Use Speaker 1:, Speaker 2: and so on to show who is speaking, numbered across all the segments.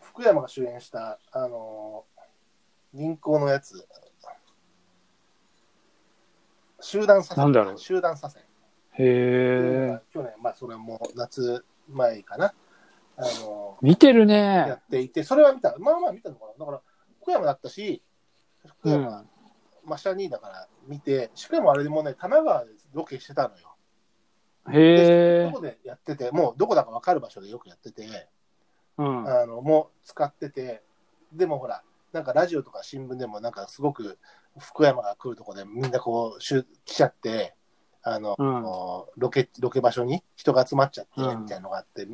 Speaker 1: 福山が主演した、あのー銀行のやつ。集団左遷。
Speaker 2: なんだろう
Speaker 1: 集団左遷。
Speaker 2: へえ。
Speaker 1: 去年、まあ、それも夏前かな。あの
Speaker 2: 見てる
Speaker 1: ーや
Speaker 2: ね
Speaker 1: っ。ていて、それは見た。まあまあ見たのかな。だから、福山だったし、福
Speaker 2: う
Speaker 1: 山、
Speaker 2: ん。
Speaker 1: マシャニーだから見て、しかもあれでもね、多摩川でロケしてたのよ。
Speaker 2: へえ。
Speaker 1: どこでやってて、もうどこだか分かる場所でよくやってて、
Speaker 2: うん。
Speaker 1: あのもう使ってて、でもほら、なんかラジオとか新聞でも、なんかすごく福山が来るとこでみんなこうしゅ来ちゃって、あの、
Speaker 2: うん。
Speaker 1: ロケロケ場所に人が集まっちゃって
Speaker 2: うん
Speaker 1: みたいなのがあって、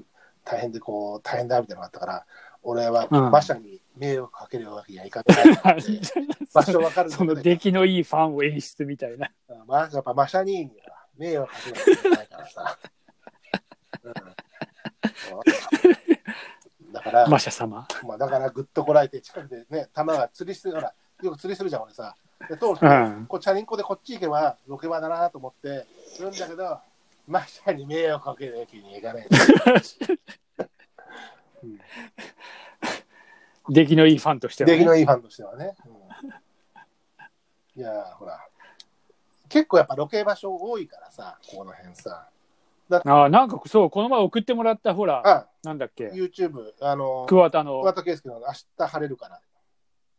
Speaker 1: 大変でこう大変だみたいなのがあったから、俺は
Speaker 2: うん
Speaker 1: 馬車に迷惑かけるわけにはいか ないと思って 場所分かるんだ
Speaker 2: そ
Speaker 1: けど
Speaker 2: の出来のいいファンを演出みたいな。
Speaker 1: うんまあ、やっぱマシャニーには迷惑かけないといけないから さ。うんそうだから、
Speaker 2: マシャ様。
Speaker 1: まあ、だからぐっとこらえて、近くでね、玉が釣りして、ほら、よく釣りするじゃん、俺さ。で、通ると、
Speaker 2: うん。
Speaker 1: こうチャリンコでこっち行けば、ロケ場だなと思って、するんだけど、マシャに迷惑かけるわけにはいかない。うん
Speaker 2: 出来のいいファンとしては、
Speaker 1: 出来
Speaker 2: ね。
Speaker 1: のいいファンとしてはね。うんいやーほら、結構やっぱロケ場所多いからさ、この辺さ。
Speaker 2: ああ、なんかそう、この前送ってもらった、ほら、
Speaker 1: あ、
Speaker 2: なんだっけ、
Speaker 1: YouTube、あの、
Speaker 2: 桑田の。
Speaker 1: 桑田佳祐の明日晴れるか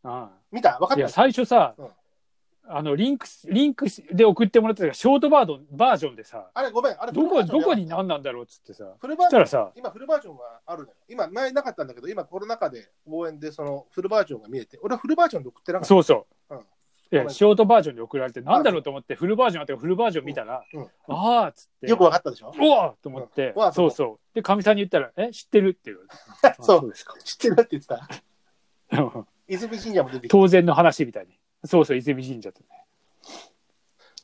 Speaker 1: ら。
Speaker 2: うん
Speaker 1: 見た分か
Speaker 2: いや、
Speaker 1: った
Speaker 2: 最初さ、
Speaker 1: うん
Speaker 2: あの、リンクス、リンクスで送ってもらってたからショートバージョン、バージョンでさ、
Speaker 1: あれ、ごめん、あれ、
Speaker 2: どこ、どこに
Speaker 1: な
Speaker 2: 何なんだろうっつってさ、
Speaker 1: フル
Speaker 2: そ
Speaker 1: バー
Speaker 2: し
Speaker 1: ジ
Speaker 2: た
Speaker 1: ョン
Speaker 2: らさ、
Speaker 1: 今、フルバージョンがあるのよ。今、前なかったんだけど、今、コロナ禍で応援で、その、フルバージョンが見えて、俺はフルバージョンで送ってなかった。
Speaker 2: そうそう。
Speaker 1: うん
Speaker 2: い
Speaker 1: ご
Speaker 2: や
Speaker 1: めん
Speaker 2: ショートバージョンで送られて、なんだろうと思って、フルバージョンあったからフルバージョン見たら、
Speaker 1: うんうん
Speaker 2: ああっつって、
Speaker 1: よく分かったでしょ
Speaker 2: おわーと思って、
Speaker 1: うんわー
Speaker 2: そうそう。で、かみさんに言ったら、え、知ってるって言われてあ
Speaker 1: そう
Speaker 2: そう ですか。
Speaker 1: 知ってるって言ってた。泉神社も出てきて。
Speaker 2: 当然の話みたいに。そうそう、泉神社ってね。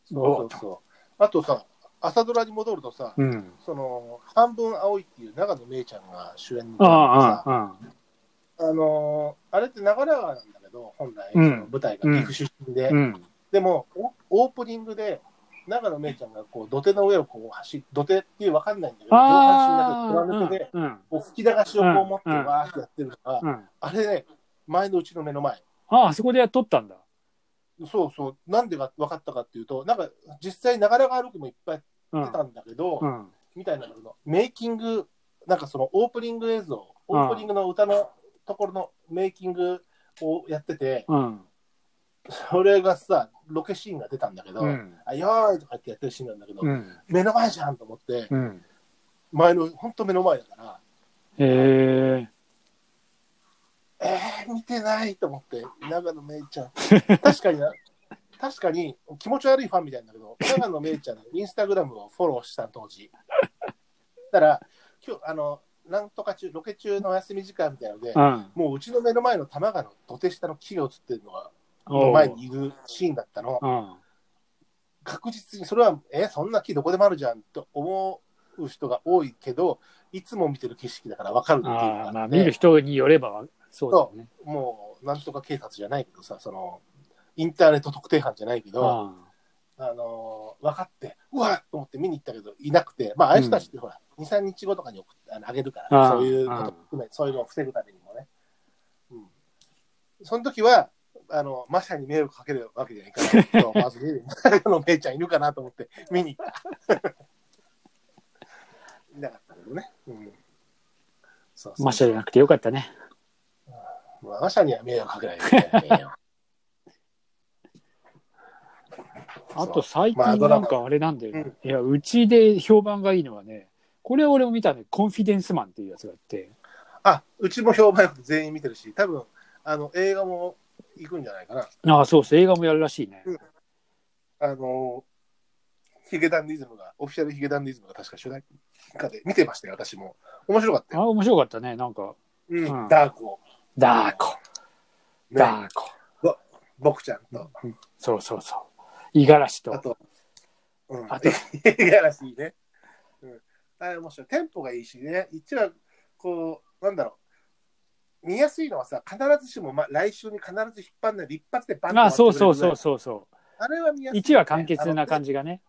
Speaker 1: そうそうそう。あとさ、朝ドラに戻るとさ、
Speaker 2: うん。
Speaker 1: その、半分青いっていう長野めいちゃんが主演のド
Speaker 2: あ
Speaker 1: ラマ
Speaker 2: あ
Speaker 1: さ、
Speaker 2: ああ、
Speaker 1: あのーあれって長良川なんだけど、本来、そ
Speaker 2: うん
Speaker 1: の舞台が岐阜出身で、
Speaker 2: うん。
Speaker 1: でも、おオープニングで、長野めいちゃんがこう土手の上をこう走っ土手っていうわかんないんだけど、上
Speaker 2: あ
Speaker 1: 半身だけ貫けで、
Speaker 2: あ、うん。
Speaker 1: こう吹き流しをこう持って
Speaker 2: うんうん
Speaker 1: わーってやってるのが、
Speaker 2: うん。
Speaker 1: あれね、前のうちの目の前。
Speaker 2: ああ、あそこで撮ったんだ。
Speaker 1: そうそう、なんでか分かったかっていうと、なんか実際、長良川ロケもいっぱい
Speaker 2: うん
Speaker 1: やってたんだけど、
Speaker 2: うん。
Speaker 1: みたいなんだけど、メイキング、なんかそのオープニング映像、オープニングの歌のところのメイキングをやってて、
Speaker 2: うん。
Speaker 1: それがさ、ロケシーンが出たんだけど、
Speaker 2: うん。
Speaker 1: あよーいとかってやってるシーンなんだけど、
Speaker 2: うん。
Speaker 1: 目の前じゃんと思って、
Speaker 2: うん。
Speaker 1: 前の、ほんと目の前だから、
Speaker 2: へえ。
Speaker 1: えー、見てないと思って、長野めいちゃん。 確かにな、確かに気持ち悪いファンみたいなんだけど、長野めいちゃんのインスタグラムをフォローした当時。だから、今日、あの、なんとか中、ロケ中のお休み時間みたいので
Speaker 2: う、ん。
Speaker 1: もううちの目の前の多摩川の土手下の木が映ってるのが、
Speaker 2: おう
Speaker 1: 前にいるシーンだったの。
Speaker 2: うん。
Speaker 1: 確実にそれは、え、そんな木どこでもあるじゃんと思う人が多いけど、いつも見てる景色だから分かるっていうのが
Speaker 2: あ
Speaker 1: あ
Speaker 2: あ、
Speaker 1: って
Speaker 2: まあ見る人によれば、そうだよね。
Speaker 1: もうなんとか警察じゃないけどさ、そのインターネット特定班じゃないけど、
Speaker 2: あ
Speaker 1: あのー分かって、うわっと思って見に行ったけど、いなくて、まあ、ああいう人たちってほら、2、3日後とかに送ってあのあげるから、
Speaker 2: ああ
Speaker 1: そういうことも含め、そういうのを防ぐためにもね。うん、その時はあの、マシャに迷惑かけるわけじゃないから、ち ょっとまず見る、誰かのめいちゃんいるかなと思って、見に行った。 いなかったけどね。うんそう
Speaker 2: あ
Speaker 1: そう
Speaker 2: マシャじゃなくてよかったね。
Speaker 1: 我が社には迷惑かけないでくださいよ
Speaker 2: あと最近
Speaker 1: まあド
Speaker 2: な
Speaker 1: ラ
Speaker 2: ん
Speaker 1: マ
Speaker 2: かあれなんだよね、
Speaker 1: うん
Speaker 2: いや、うちで評判がいいのはね、これ俺も見たね、コンフィデンスマンっていうやつがあって、
Speaker 1: あうちも評判よく全員見てるし、多分あの映画も行くんじゃないかな。
Speaker 2: ああ、そうそう、映画もやるらしいね。
Speaker 1: うんあのヒゲダンディズムが、オフィシャルヒゲダンディズムが確か主題歌で見てましたよ、私も。面白かった
Speaker 2: あ
Speaker 1: よ。
Speaker 2: あ、面白かったね、なんか、
Speaker 1: うん
Speaker 2: うん
Speaker 1: ダークを。
Speaker 2: ダーコ、
Speaker 1: ね
Speaker 2: ダーコ。
Speaker 1: 僕ちゃんと。
Speaker 2: そうそうそう。五十嵐
Speaker 1: あ
Speaker 2: と。
Speaker 1: と、うん。
Speaker 2: あと
Speaker 1: いやらしいね。うん。あれ面白い。テンポがいいしね。一応、こう、なんだろう。見やすいのはさ、必ずしも、ま、来週に必ず引っ張んない、一発でバンと
Speaker 2: ああ、そうそうそう
Speaker 1: う。
Speaker 2: そうそう。
Speaker 1: あれは見やすい、
Speaker 2: 1話完結な感
Speaker 1: じ。
Speaker 2: じがね。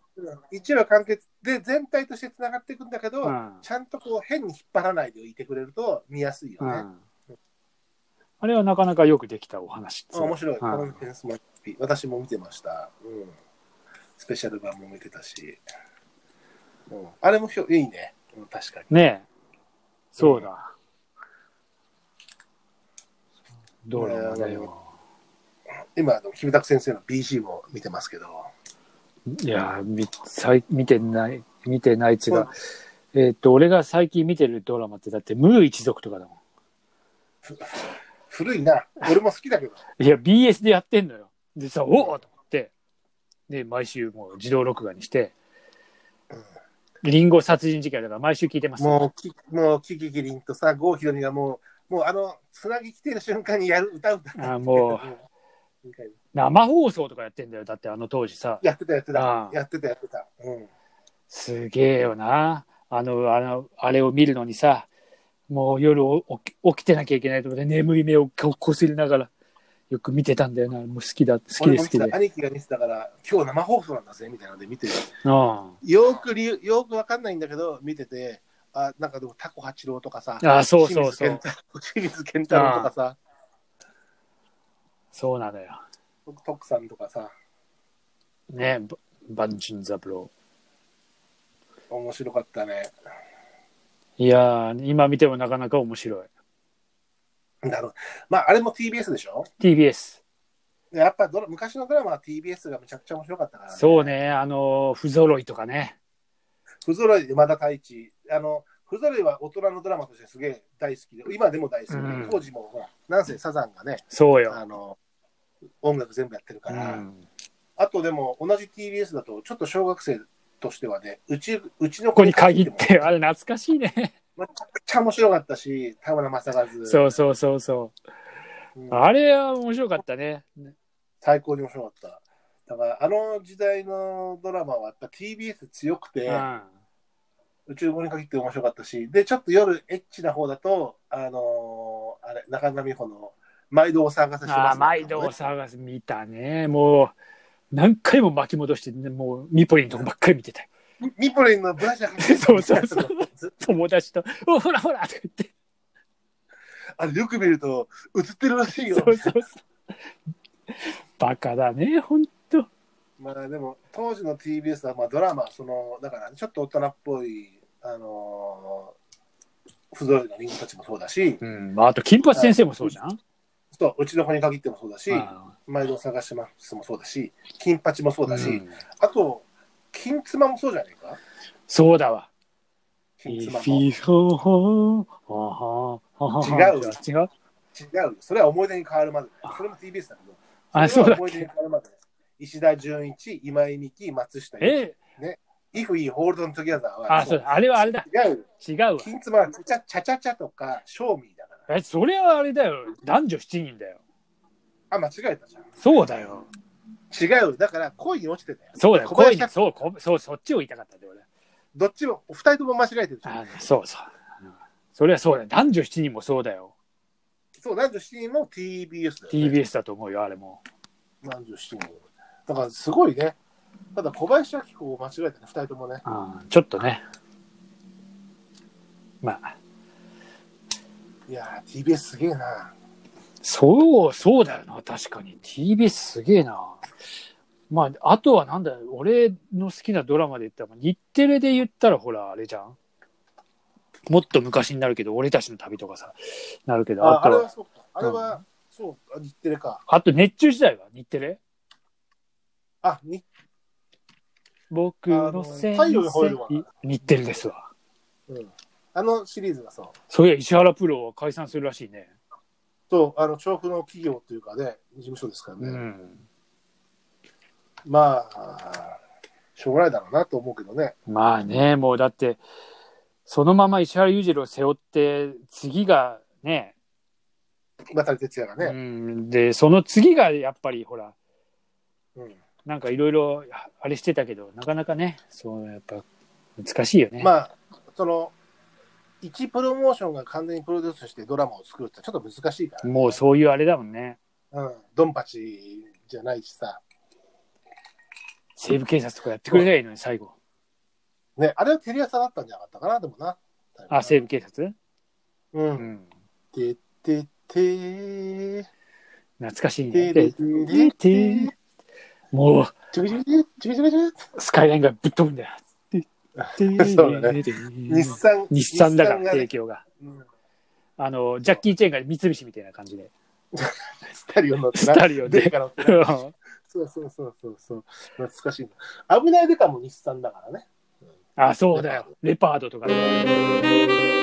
Speaker 1: 1話完結で全体としてつながっていくんだけど、
Speaker 2: うん。
Speaker 1: ちゃんとこう変に引っ張らないでいてくれると見やすいよ
Speaker 2: う
Speaker 1: ね。
Speaker 2: ん。あれはなかなかよくできたお話っつ
Speaker 1: あ
Speaker 2: うか
Speaker 1: 面白い。
Speaker 2: は
Speaker 1: カンフェンスも私も見てました。うん。スペシャル版も見てたし。うん、あれもひょいいね。うん確かに。
Speaker 2: ねえ。そうだ。どれもだよ。
Speaker 1: 今、あのキムタク先生の BG も見てますけど。
Speaker 2: いやーみ最見てない、見てないっつう
Speaker 1: こ
Speaker 2: か、えーっと、俺が最近見てるドラマって、だって、ムー一族とかだも
Speaker 1: 古いな。俺も好きだ けど。
Speaker 2: ん。いや、BS でやってんのよ。でさ、おおと思って、で、毎週もう自動録画にして、リンゴ殺人事件だから毎週聞いてます。
Speaker 1: もうき、もう、キキキリンとさ、郷ひろみがもう、もうあの、つなぎ来てる瞬間にやる、歌う歌う。
Speaker 2: あも
Speaker 1: うん
Speaker 2: 生放送とかやってんだよ。だって、あの当時さ。
Speaker 1: やってた、やって
Speaker 2: あ
Speaker 1: た
Speaker 2: あ。
Speaker 1: やってた、やってた。うん。
Speaker 2: すげえよな。あの、あの、あれを見るのにさ、もう夜お起き起きてなきゃいけないと思って、眠い目をここすりながら、よく見てたんだよな。もう好きだ、好き
Speaker 1: 俺
Speaker 2: で好
Speaker 1: も見て
Speaker 2: きで。
Speaker 1: た。
Speaker 2: う
Speaker 1: 兄貴が見てたから、今日生放送なんだぜ、みたいなので見てる。
Speaker 2: ん。
Speaker 1: よく理由、よくわかんないんだけど、見てて、あ、なんかでもタコ八郎とかさ、
Speaker 2: あそうそうそう。
Speaker 1: 清水健太郎とかさ、
Speaker 2: そうなのよ。
Speaker 1: 徳さんとかさ、
Speaker 2: ね、ば万人三郎。
Speaker 1: 面白かったね。
Speaker 2: いやー、今見てもなかなか面白い。
Speaker 1: なるまあ、あれも TBS でしょ
Speaker 2: TBS。
Speaker 1: でやっぱドラ昔のドラマは TBS がめちゃくちゃ面白かったから、
Speaker 2: そう。ね、あの、不揃いとかね。
Speaker 1: 不揃い、山田太一。あの、不揃いは大人のドラマとしてすげえ大好きで、今でも大好きで、
Speaker 2: うん
Speaker 1: 当時もほら、なんせサザンがね、
Speaker 2: そうよ。
Speaker 1: あの、音楽全部やってるか
Speaker 2: う
Speaker 1: ら、
Speaker 2: ん。
Speaker 1: あとでも同じ TBS だと、ちょっと小学生としてはね、うち、うちの
Speaker 2: ここに限って、あれ懐かしいね。
Speaker 1: めちゃくちゃ面白かったし、田村正和、
Speaker 2: そうそうそうそうう。
Speaker 1: ん
Speaker 2: あれは面白かったね。
Speaker 1: 最高に面白かった。だから、あの時代のドラマはやっぱ TBS 強くて、
Speaker 2: うん。
Speaker 1: 宇宙語に限って面白かったし、で、ちょっと夜エッチな方だと、あのーあれ、中村美穂の毎度お騒がせしてます、
Speaker 2: ああ、毎度お騒がせ見たね。もう、何回も巻き戻して、ね、もう、ミポリンとこばっかり見てたよ。
Speaker 1: みミポリンのブラジャー
Speaker 2: そうそうそう
Speaker 1: ず
Speaker 2: 友達と、おほらほらとか言って。
Speaker 1: あれ、よく見ると、映ってるらしいよ。
Speaker 2: そうそうそう。バカだね、ほんと。
Speaker 1: まあでも、当時の TBS は、まあドラマ、その、だから、ちょっと大人っぽい、あのー不揃いの人たちもそうだし、
Speaker 2: うん。まあ、あと、金髪先生もそうじゃん。
Speaker 1: そう、うちの子に限ってもそうだし、
Speaker 2: あ
Speaker 1: 毎度探してますもそうだし、金八もそう
Speaker 2: あ
Speaker 1: だし、
Speaker 2: うん
Speaker 1: あと、金妻もそうじゃないか
Speaker 2: そうだわ。
Speaker 1: 金妻も。違う
Speaker 2: If you- ほほほほほ違う
Speaker 1: よ。それは思い出に変わるまで。それも TBS だけど。
Speaker 2: あ、
Speaker 1: そ
Speaker 2: そうだ
Speaker 1: れは思い出に変わるまで。石田純一、今井美樹、松下由
Speaker 2: え、
Speaker 1: 紀。If we hold on together は
Speaker 2: あ、そうだ。あれはあれだ。
Speaker 1: 違うよ。
Speaker 2: 違うわ。
Speaker 1: 金妻はチャチャチャチャチャとか、ショーミーだから。
Speaker 2: え、それはあれだよ。男女7人だよ。
Speaker 1: あ、間違えたじゃん。
Speaker 2: そうだよ。
Speaker 1: 違うよ。だから、恋に落ちてたよ。
Speaker 2: そうだよ、
Speaker 1: 小林
Speaker 2: 声に、そう、こそう、そっちを言いたかったんだよ、俺。
Speaker 1: どっちも、お二人とも間違えてるじゃん。
Speaker 2: あそうそう。それはそうだよ。男女7人もそうだよ。
Speaker 1: そう、男女7人も TBS だよ、ね。
Speaker 2: TBS だと思うよ、あれも。
Speaker 1: 男女7人。だから、すごいね。ただ、小林明子を間違えたね、二人ともね。
Speaker 2: うん、ちょっとね。まあ、
Speaker 1: いやー、TBS すげえな。
Speaker 2: そう、そうだよな、確かに。TBS すげえな。まあ、あとはなんだよ、俺の好きなドラマで言ったら、日テレで言ったら、ほら、あれじゃん。もっと昔になるけど、俺たちの旅とかさ、なるけど、
Speaker 1: あ
Speaker 2: あ
Speaker 1: あれ
Speaker 2: と
Speaker 1: はそうか。あれは、そう、あ日テレか。
Speaker 2: あと熱中時代は日テレ
Speaker 1: あ、日
Speaker 2: 僕の先
Speaker 1: あの太陽に吠える
Speaker 2: 生
Speaker 1: わ
Speaker 2: 日テレですわ。
Speaker 1: うん。あのシリーズがそう。
Speaker 2: そういや、石原プロは解散するらしいね。
Speaker 1: そう、あの、調布の企業というかね、事務所ですからね。
Speaker 2: ん。
Speaker 1: まあ、しょうがないだろうなと思うけどね。
Speaker 2: まあね、もうだって、そのまま石原裕次郎を背負って、次がね、
Speaker 1: 渡哲也が
Speaker 2: う
Speaker 1: ね。
Speaker 2: ん、で、その次がやっぱりほら、
Speaker 1: うん。
Speaker 2: なんかいろいろあれしてたけど、なかなかね、そう、やっぱ難しいよね。
Speaker 1: まあ、その、一プロモーションが完全にプロデュースしてドラマを作るってちょっと難しいから、
Speaker 2: もうそういうあれだもんね。
Speaker 1: う。うん。ドンパチじゃないしさ。
Speaker 2: 西部警察とかやってくれりゃいいのに、最後。
Speaker 1: ね、あれはテレ朝だったんじゃなかったかな、でもな。
Speaker 2: あ、西部警察
Speaker 1: う。
Speaker 2: うんん。
Speaker 1: てっててー、
Speaker 2: 懐かしい
Speaker 1: て
Speaker 2: ね。
Speaker 1: ーて
Speaker 2: で
Speaker 1: ー、てーてー、
Speaker 2: もう、
Speaker 1: ちびちびちびちびちびちび
Speaker 2: スカイラインがぶっ飛ぶんだよ。
Speaker 1: そうだね日産、
Speaker 2: 日産だから、
Speaker 1: 日産が
Speaker 2: 提
Speaker 1: ね
Speaker 2: 供が。
Speaker 1: うん
Speaker 2: あの、ジャッキー・チェーンが三菱みたいな感じで。
Speaker 1: スタリオ乗ってな
Speaker 2: スタリオで
Speaker 1: デカ乗ってなそうそうそうそうそう。懐かしいな。危ないデカも日産だからね。
Speaker 2: あ、そうだよ。レパードとかね。
Speaker 1: うん